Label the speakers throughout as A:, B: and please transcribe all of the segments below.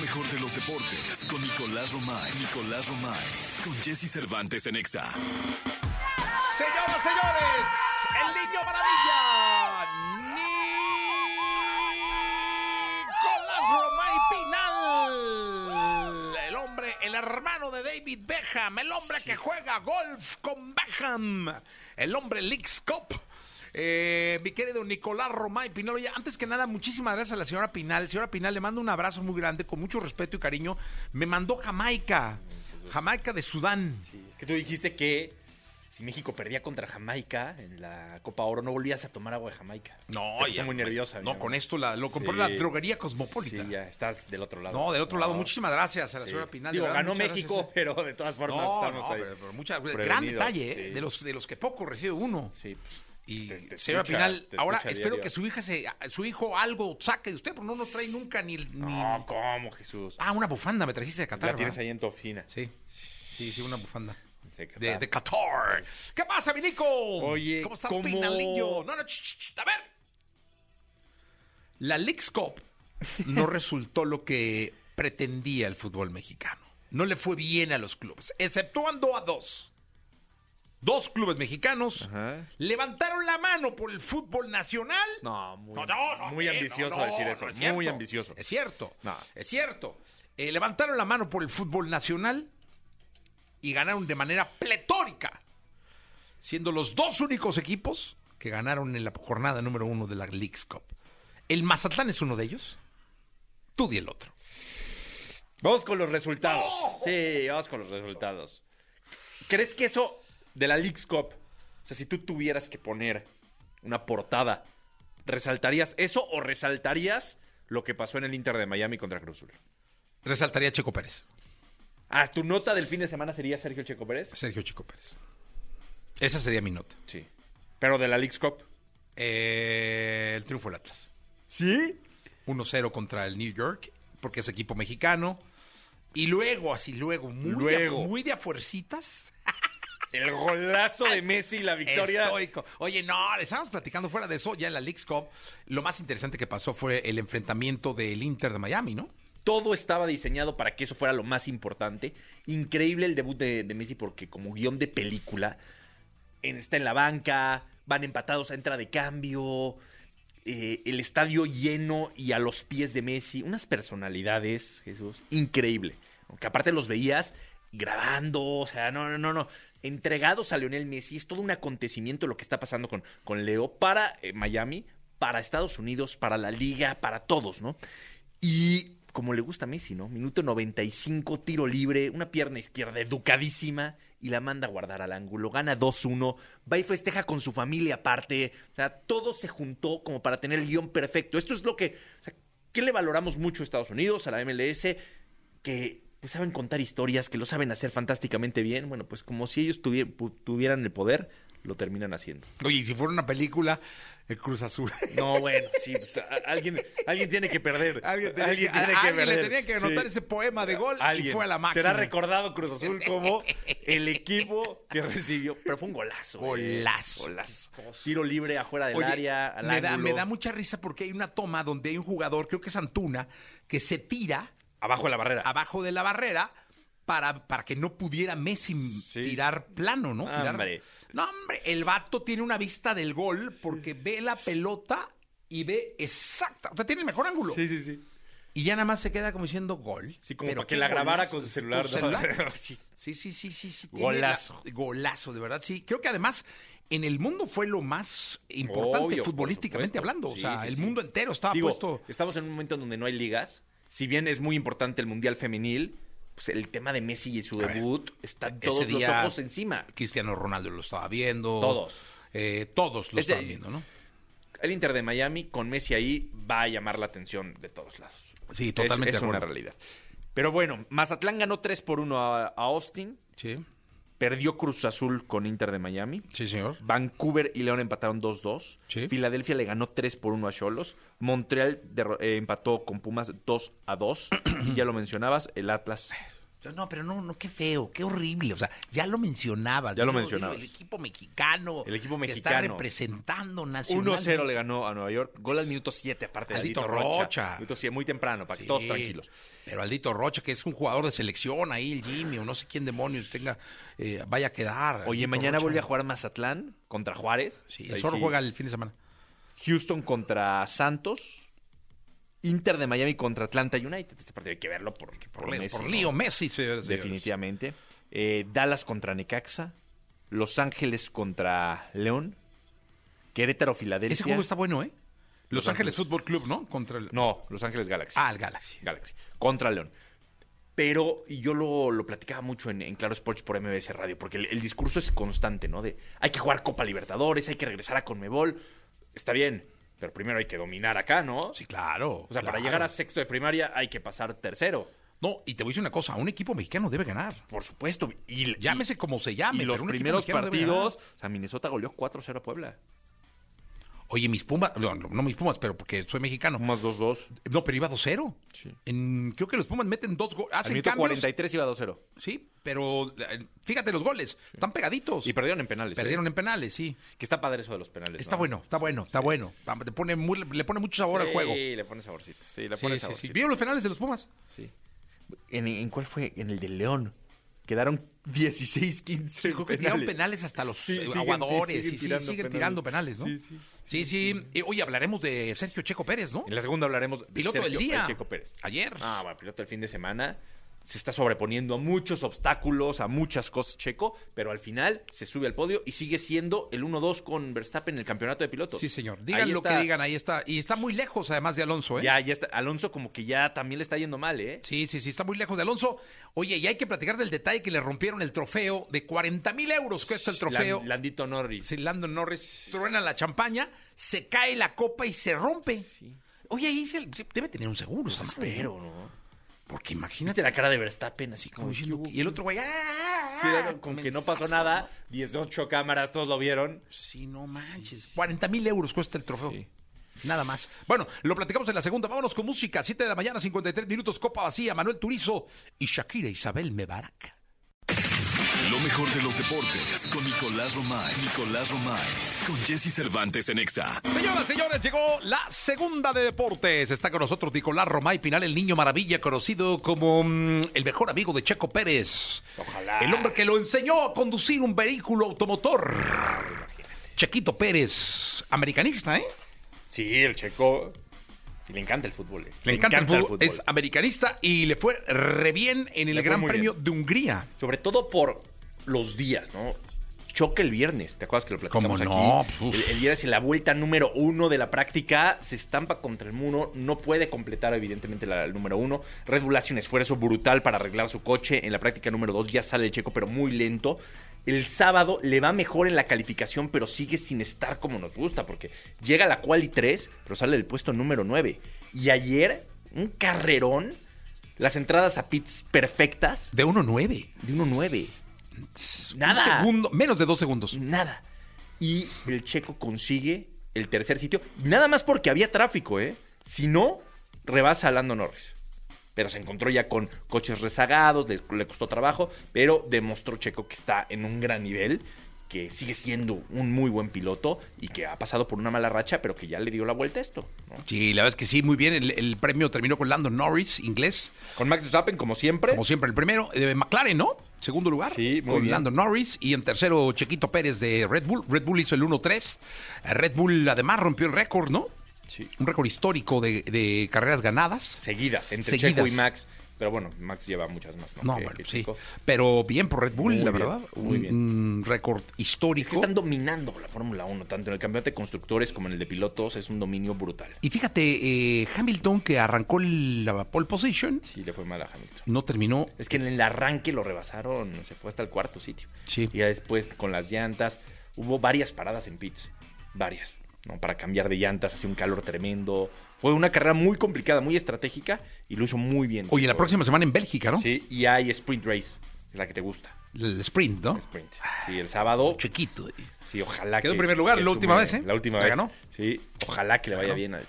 A: mejor de los deportes con Nicolás Romay. Nicolás Romay. Con Jesse Cervantes en Exa.
B: Señoras, señores, el niño maravilla, Nicolás Romay Pinal, el hombre, el hermano de David Beckham, el hombre que juega golf con Beckham, el hombre Leaks Cup. Eh, mi querido Nicolás Romay Pinal, oye, antes que nada, muchísimas gracias a la señora Pinal. Señora Pinal, le mando un abrazo muy grande, con mucho respeto y cariño. Me mandó Jamaica, Jamaica de Sudán.
C: Sí, es que tú dijiste que si México perdía contra Jamaica en la Copa Oro, no volvías a tomar agua de Jamaica.
B: No,
C: Te puse
B: ya,
C: muy
B: me-
C: nerviosa.
B: No,
C: ya.
B: con esto la- lo compró
C: Sí.
B: la droguería cosmopolita.
C: Sí, ya estás del otro lado.
B: No, del otro lado,
C: No,
B: muchísimas gracias a la
C: sí.
B: señora Pinal. de
C: Digo,
B: verdad,
C: ganó
B: muchas
C: México,
B: gracias. ¿eh?
C: pero de todas formas
B: No,
C: estamos
B: no,
C: ahí.
B: pero, pero muchas- gran
C: prevenidos,
B: detalle eh,
C: sí.
B: de los de los que poco recibe uno.
C: Sí, pues,
B: Y
C: Te- te
B: señora
C: escucha,
B: Pinal,
C: te
B: ahora
C: escucha
B: espero
C: diario.
B: que su hija se, a- su hijo algo saque de usted, porque no nos trae nunca ni, el- ni-
C: No, ¿cómo, Jesús?
B: ah una bufanda me trajiste de Qatar.
C: la tienes
B: ¿verdad?
C: ahí en tu oficina.
B: Sí, sí, sí, una bufanda.
C: Sí, Qatar.
B: De, de Qatar. ¿Qué pasa, mi Nico?
C: Oye,
B: ¿cómo estás,
C: ¿cómo-
B: Pinalillo? No, no, ch, ch, ch, a ver. La Leagues Cup no resultó lo que pretendía el fútbol mexicano. No le fue bien a los clubes, exceptuando a dos. Dos clubes mexicanos
C: Ajá.
B: levantaron la mano por el fútbol nacional.
C: No, muy,
B: No, no, no,
C: muy
B: eh,
C: ambicioso
B: no, no,
C: decir eso.
B: no es cierto.
C: muy ambicioso.
B: Es cierto.
C: No.
B: Es cierto. Eh, levantaron la mano por el fútbol nacional y ganaron de manera pletórica, siendo los dos únicos equipos que ganaron en la jornada número uno de la Leagues Cup. El Mazatlán es uno de ellos, tú y el otro.
C: Vamos con los resultados. Sí, vamos con los resultados. ¿Crees que eso de la Leagues Cup, o sea, si tú tuvieras que poner una portada, ¿resaltarías eso o resaltarías lo que pasó en el Inter de Miami contra Cruz Azul?
B: Resaltaría Checo Pérez,
C: Ah, ¿tu nota del fin de semana sería Sergio Checo Pérez?
B: Sergio Checo Pérez. Esa sería mi nota.
C: Sí. ¿Pero de la Leagues Cup?
B: Eh, el triunfo del Atlas.
C: ¿Sí?
B: 1-0 contra el New York, porque es equipo mexicano. Y luego, así luego, muy,
C: Luego.
B: De, a- muy de a fuercitas.
C: El golazo de Messi y la victoria.
B: Estoico. Oye, no, le estábamos platicando fuera de eso, ya en la Leagues Cup. Lo más interesante que pasó fue el enfrentamiento del Inter de Miami, ¿no?
C: Todo estaba diseñado para que eso fuera lo más importante. Increíble el debut de, de Messi porque como guión de película, en- está en la banca, van empatados, entra de cambio, eh, el estadio lleno y a los pies de Messi. Unas personalidades, Jesús, increíble. Que aparte los veías grabando, o sea, no, no, no, no. Entregados a Lionel Messi, es todo un acontecimiento lo que está pasando con, con Leo para eh, Miami, para Estados Unidos, para la liga, para todos, ¿no? Y como le gusta a Messi, ¿no? Minuto 95, tiro libre, una pierna izquierda educadísima y la manda a guardar al ángulo. Gana 2-1, va y festeja con su familia aparte. O sea, todo se juntó como para tener el guión perfecto. Esto es lo que. O sea, ¿qué le valoramos mucho a Estados Unidos, a la MLS? Que pues, saben contar historias, que lo saben hacer fantásticamente bien. Bueno, pues como si ellos tuvier- pu- tuvieran el poder, lo terminan haciendo.
B: Oye, y si fuera una película, el Cruz Azul.
C: No, bueno, sí, pues, a- alguien, alguien tiene que perder.
B: Alguien tenía que- a- alguien le tenía que anotar ese poema de gol y fue a la máquina.
C: Será recordado Cruz Azul como el equipo que recibió. Pero fue un golazo. eh.
B: Golazo.
C: Golazo. Tiro libre afuera del
B: Oye,
C: área, al
B: me, da,
C: ángulo.
B: me da mucha risa porque hay una toma donde hay un jugador, creo que es Antuna, que se tira
C: Abajo de la barrera.
B: abajo de la barrera para, para que no pudiera Messi m-
C: Sí.
B: tirar plano, ¿no? Tirar-
C: Hombre.
B: No, hombre, el vato tiene una vista del gol porque ve la pelota y ve exacta. O sea, tiene el mejor ángulo.
C: Sí, sí, sí.
B: Y ya nada más se queda como diciendo gol.
C: Sí, como
B: Pero
C: para que
B: qué
C: la grabara
B: golazo,
C: con su
B: sí,
C: celular. ¿no?
B: celular.
C: Sí.
B: Sí, sí, sí, sí, sí. tiene
C: Golazo.
B: la- golazo, de verdad, sí. Creo que además en el mundo fue lo más importante
C: Obvio, por
B: futbolísticamente
C: supuesto.
B: hablando. o
C: Sí,
B: sea,
C: sí,
B: el
C: sí.
B: mundo entero estaba
C: Digo,
B: puesto.
C: estamos en un momento en donde no hay ligas. Si bien es muy importante el Mundial Femenil, pues el tema de Messi y su
B: A ver,
C: debut está
B: ese
C: todos los
B: día-
C: ojos encima.
B: Cristiano Ronaldo lo estaba viendo.
C: Todos.
B: Eh, todos lo
C: Ese-
B: estaban viendo, ¿no?
C: El Inter de Miami con Messi ahí va a llamar la atención de todos lados.
B: Sí,
C: Es-
B: totalmente
C: Es,
B: de
C: una
B: acuerdo.
C: realidad. Pero bueno, Mazatlán ganó 3 por 1 a, a Austin.
B: Sí.
C: Perdió Cruz Azul con Inter de Miami.
B: Sí, señor.
C: Vancouver y León empataron 2-2.
B: Sí.
C: Filadelfia le ganó 3 por 1 a Cholos. Montreal derro- eh, empató con Pumas 2 a 2. y ya lo mencionabas, el Atlas
B: Yo, No, pero no, no, qué feo, qué horrible. O sea, ya lo mencionabas.
C: Ya lo
B: Digo,
C: mencionabas.
B: digo, El equipo mexicano.
C: El equipo
B: que está
C: mexicano.
B: representando nacionalmente.
C: 1-0 le ganó a Nueva York. Gol al minuto 7, aparte de
B: Aldito
C: Adito
B: Rocha.
C: Rocha. Minuto 7, muy temprano, para que todos
B: Sí,
C: tranquilos.
B: Pero Aldito Rocha, que es un jugador de selección ahí, el Jimmy, o no sé quién demonios tenga, eh, vaya a quedar.
C: Oye,
B: Aldito
C: mañana
B: Rocha.
C: vuelve a jugar Mazatlán contra Juárez.
B: Sí,
C: Ahí
B: el Zorro
C: sí.
B: juega el fin de semana.
C: Houston contra Santos. Inter de Miami contra Atlanta United. Este partido hay que verlo por, por,
B: Por, Leo
C: Messi,
B: Messi,
C: ¿no?
B: Messi, señores y señores.
C: Definitivamente. Eh, Dallas contra Necaxa. Los Ángeles contra León. Querétaro, Filadelfia.
B: Ese juego está bueno, ¿eh? Los,
C: Los
B: Ángeles
C: Ángeles.
B: Fútbol Club, ¿no? Contra el.
C: No, Los Ángeles Galaxy.
B: Ah, el Galaxy.
C: Galaxy. Contra León. Pero, y yo lo, lo platicaba mucho en, en Claro Sports por MBS Radio, porque el, el discurso es constante, ¿no? De hay que jugar Copa Libertadores, hay que regresar a Conmebol. Está bien, pero primero hay que dominar acá, ¿no?
B: Sí, claro.
C: O sea, para
B: claro.
C: llegar a sexto de primaria hay que pasar tercero,
B: No, y te voy a decir una cosa: un equipo mexicano debe ganar.
C: por supuesto. Y,
B: Llámese como se
C: y
B: llame. pero
C: los
B: un equipo
C: primeros
B: mexicano debe ganar.
C: partidos, o sea, Minnesota goleó 4-0 a Puebla.
B: Oye, mis pumas, no, no, no mis pumas, pero porque soy mexicano.
C: Más 2-2.
B: No, pero iba 2-0.
C: Sí.
B: En- Creo que los pumas meten dos goles.
C: Al
B: Hacen
C: minuto
B: cambios.
C: 43 iba 2-0.
B: Sí, pero eh, fíjate los goles. Están pegaditos.
C: Y perdieron en penales. ¿eh?
B: Perdieron en penales, sí.
C: Que está padre eso de los penales.
B: Está
C: ¿no?
B: bueno, está bueno, está bueno. Está- Le pone, muy- le pone mucho sabor al juego.
C: Sí, le pone saborcito. Sí, le
B: Sí,
C: pone
B: sí, sí.
C: saborcito.
B: ¿Vieron los penales de los pumas?
C: Sí. ¿En, en cuál fue? En el de León. Quedaron 16, 15
B: Sí, creo que tiraron penales hasta los
C: Sí,
B: eh,
C: siguen-
B: aguadores.
C: siguen
B: y sí,
C: tirando
B: siguen
C: penales.
B: tirando penales, ¿no? Sí,
C: Sí,
B: sí.
C: sí,
B: Y hoy hablaremos de Sergio Checo Pérez, ¿no?
C: En la segunda hablaremos de
B: Piloto
C: Sergio
B: del día.
C: El Checo Pérez.
B: Ayer.
C: Ah, bueno, piloto del fin de semana. Se está sobreponiendo a muchos obstáculos, a muchas cosas Checo, pero al final se sube al podio y sigue siendo el 1-2 con Verstappen en el campeonato de pilotos.
B: Sí, señor. Digan
C: Ahí
B: lo
C: está-
B: que digan, ahí está. Y está muy lejos, además de Alonso, ¿eh?
C: Ya, ya está. Alonso como que ya también le está yendo mal, ¿eh?
B: Sí, sí, sí, está muy lejos de Alonso. Oye, y hay que platicar del detalle que le rompieron el trofeo de 40 mil euros cuesta el trofeo.
C: Lan- Landito Norris.
B: Si Lando Norris truena la champaña, se cae la copa y se rompe. Oye, ahí se- se- debe tener un seguro. esa madre,
C: Pero, ¿no?
B: Porque
C: Pues ¿Viste
B: imagínate
C: la cara de Verstappen así
B: como
C: como
B: diciendo
C: que
B: que- y el otro güey, ¡ah, ah,
C: Sí,
B: ah!
C: era con que no pasó
B: Mensazo,
C: nada, 18 cámaras, todos lo vieron.
B: Sí, no manches. 40 mil euros cuesta el trofeo. Nada más. Bueno, lo platicamos en la segunda. Vámonos con música. 7 de la mañana, 53 minutos, copa vacía. Manuel Turizo y Shakira Isabel Mebarak.
A: Lo mejor de los deportes con Nicolás Romay. Nicolás Romay. Con Jesse Cervantes en Exa.
B: Señoras, señores, llegó la segunda de deportes. Está con nosotros Nicolás Romay Pinal, el niño maravilla, conocido como mm, el mejor amigo de Checo Pérez.
C: Ojalá.
B: El hombre que lo enseñó a conducir un vehículo automotor. Chequito Pérez, americanista, ¿eh?
C: Sí, el checo. Y le encanta el fútbol. eh.
B: Le encanta, el, fútbol, es americanista y le fue re bien en el
C: Le fue
B: Gran
C: muy
B: Premio de Hungría.
C: Sobre todo por los días, ¿no? Choca el viernes, ¿te acuerdas que lo platicamos
B: ¿Cómo no? Pues,
C: aquí?
B: Uf.
C: El, el viernes en la vuelta número uno de la práctica se estampa contra el muro, no puede completar evidentemente la, el número uno. Red Bull hace un esfuerzo brutal para arreglar su coche. En la práctica número dos ya sale el checo, pero muy lento. El sábado le va mejor en la calificación, pero sigue sin estar como nos gusta, porque llega a la quali 3, pero sale del puesto número 9. Y ayer, un carrerón, las entradas a pits perfectas
B: De 1.9.
C: de 1.9.
B: Un
C: Nada.
B: segundo, menos de dos segundos.
C: Nada. Y el checo consigue el tercer sitio. Nada más porque había tráfico, ¿eh? Si no, rebasa a Lando Norris. Pero se encontró ya con coches rezagados, le, le costó trabajo, pero demostró Checo que está en un gran nivel, que sigue siendo un muy buen piloto y que ha pasado por una mala racha, pero que ya le dio la vuelta a esto. ¿no?
B: Sí, la verdad es que sí, muy bien. El, el premio terminó con Lando Norris, inglés.
C: Con Max Verstappen, como siempre.
B: Como siempre, el primero de McLaren, ¿no? Segundo lugar,
C: Sí, muy
B: con
C: bien.
B: Lando Norris. Y en tercero, Chequito Pérez de Red Bull. Red Bull hizo el 1-3. Red Bull además rompió el récord, ¿no?
C: Sí.
B: Un récord histórico de, de carreras ganadas.
C: Seguidas, entre
B: Seguidas.
C: Checo y Max. Pero bueno, Max lleva muchas más, ¿no?
B: No,
C: que-
B: bueno,
C: que
B: sí.
C: Checo.
B: Pero bien por Red Bull,
C: Muy
B: la
C: bien,
B: verdad.
C: muy
B: un,
C: bien.
B: un récord histórico.
C: Es que están dominando la Fórmula 1, tanto en el campeonato de constructores como en el de pilotos, es un dominio brutal.
B: Y fíjate, eh, Hamilton que arrancó el- la pole position,
C: Sí, le fue mal a Hamilton.
B: no terminó.
C: Es que en el arranque lo rebasaron, se fue hasta el cuarto sitio.
B: Sí.
C: Y ya después con las llantas, hubo varias paradas en pits, varias, ¿no? Para cambiar de llantas, hacía un calor tremendo. Fue una carrera muy complicada, muy estratégica y lo hizo muy bien.
B: Oye, la
C: Checo.
B: próxima semana en Bélgica, ¿no?
C: Sí, y hay sprint race, es la que te gusta.
B: El sprint, ¿no?
C: Sprint. Sí, el sábado.
B: Chiquito. eh.
C: Sí, ojalá
B: Quedó
C: que.
B: en primer lugar
C: que
B: la última
C: sume-
B: vez, ¿eh?
C: La última
B: La
C: vez.
B: ganó.
C: Sí, ojalá que le vaya bien al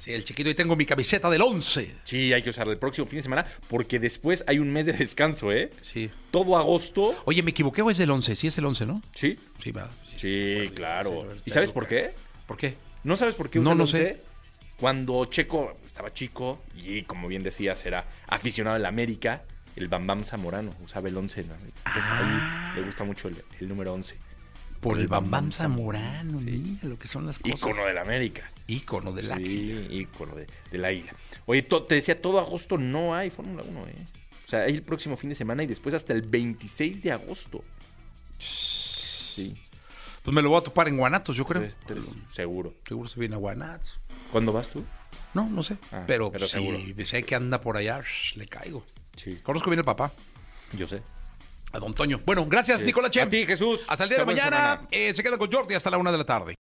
B: Sí, el chiquito. Y tengo mi camiseta del 11.
C: Sí, hay que usarla el próximo fin de semana porque después hay un mes de descanso, ¿eh?
B: Sí.
C: Todo agosto.
B: Oye, me equivoqué o es del 11. Sí, es el 11, ¿no?
C: Sí.
B: Sí, va.
C: Sí, claro.
B: sí,
C: ¿Y sabes por qué?
B: ¿Por qué?
C: ¿No sabes por qué
B: No,
C: usa el
B: no
C: 11?
B: sé.
C: Cuando Checo estaba chico y, como bien decías, era aficionado al América, el Bam Bam Zamorano usaba el 11. ¿no? Entonces,
B: Ah.
C: ahí le gusta mucho el, el número 11.
B: Por el Bam Bam Zamorano. Mira lo que son las cosas.
C: Ícono del América.
B: Ícono del águila.
C: Sí, ícono de, del águila. Oye, to- te decía, todo agosto no hay Fórmula 1, ¿eh? O sea, hay el próximo fin de semana y después hasta el 26 de agosto. Sí,
B: Pues me lo voy a topar en Guanatos, yo creo.
C: tres, tres, Pues, seguro.
B: Seguro se viene a Guanatos.
C: ¿Cuándo vas tú?
B: No, no sé.
C: Ah,
B: pero
C: pero
B: si
C: seguro.
B: sé que anda por allá, sh, le caigo.
C: Sí,
B: Conozco bien al papá,
C: yo sé.
B: a don Toño. Bueno, gracias, Nicolás Che.
C: A ti, Jesús.
B: Hasta el día de
C: Hasta buena
B: mañana.
C: semana.
B: Eh, se queda con Jordi hasta la una de la tarde.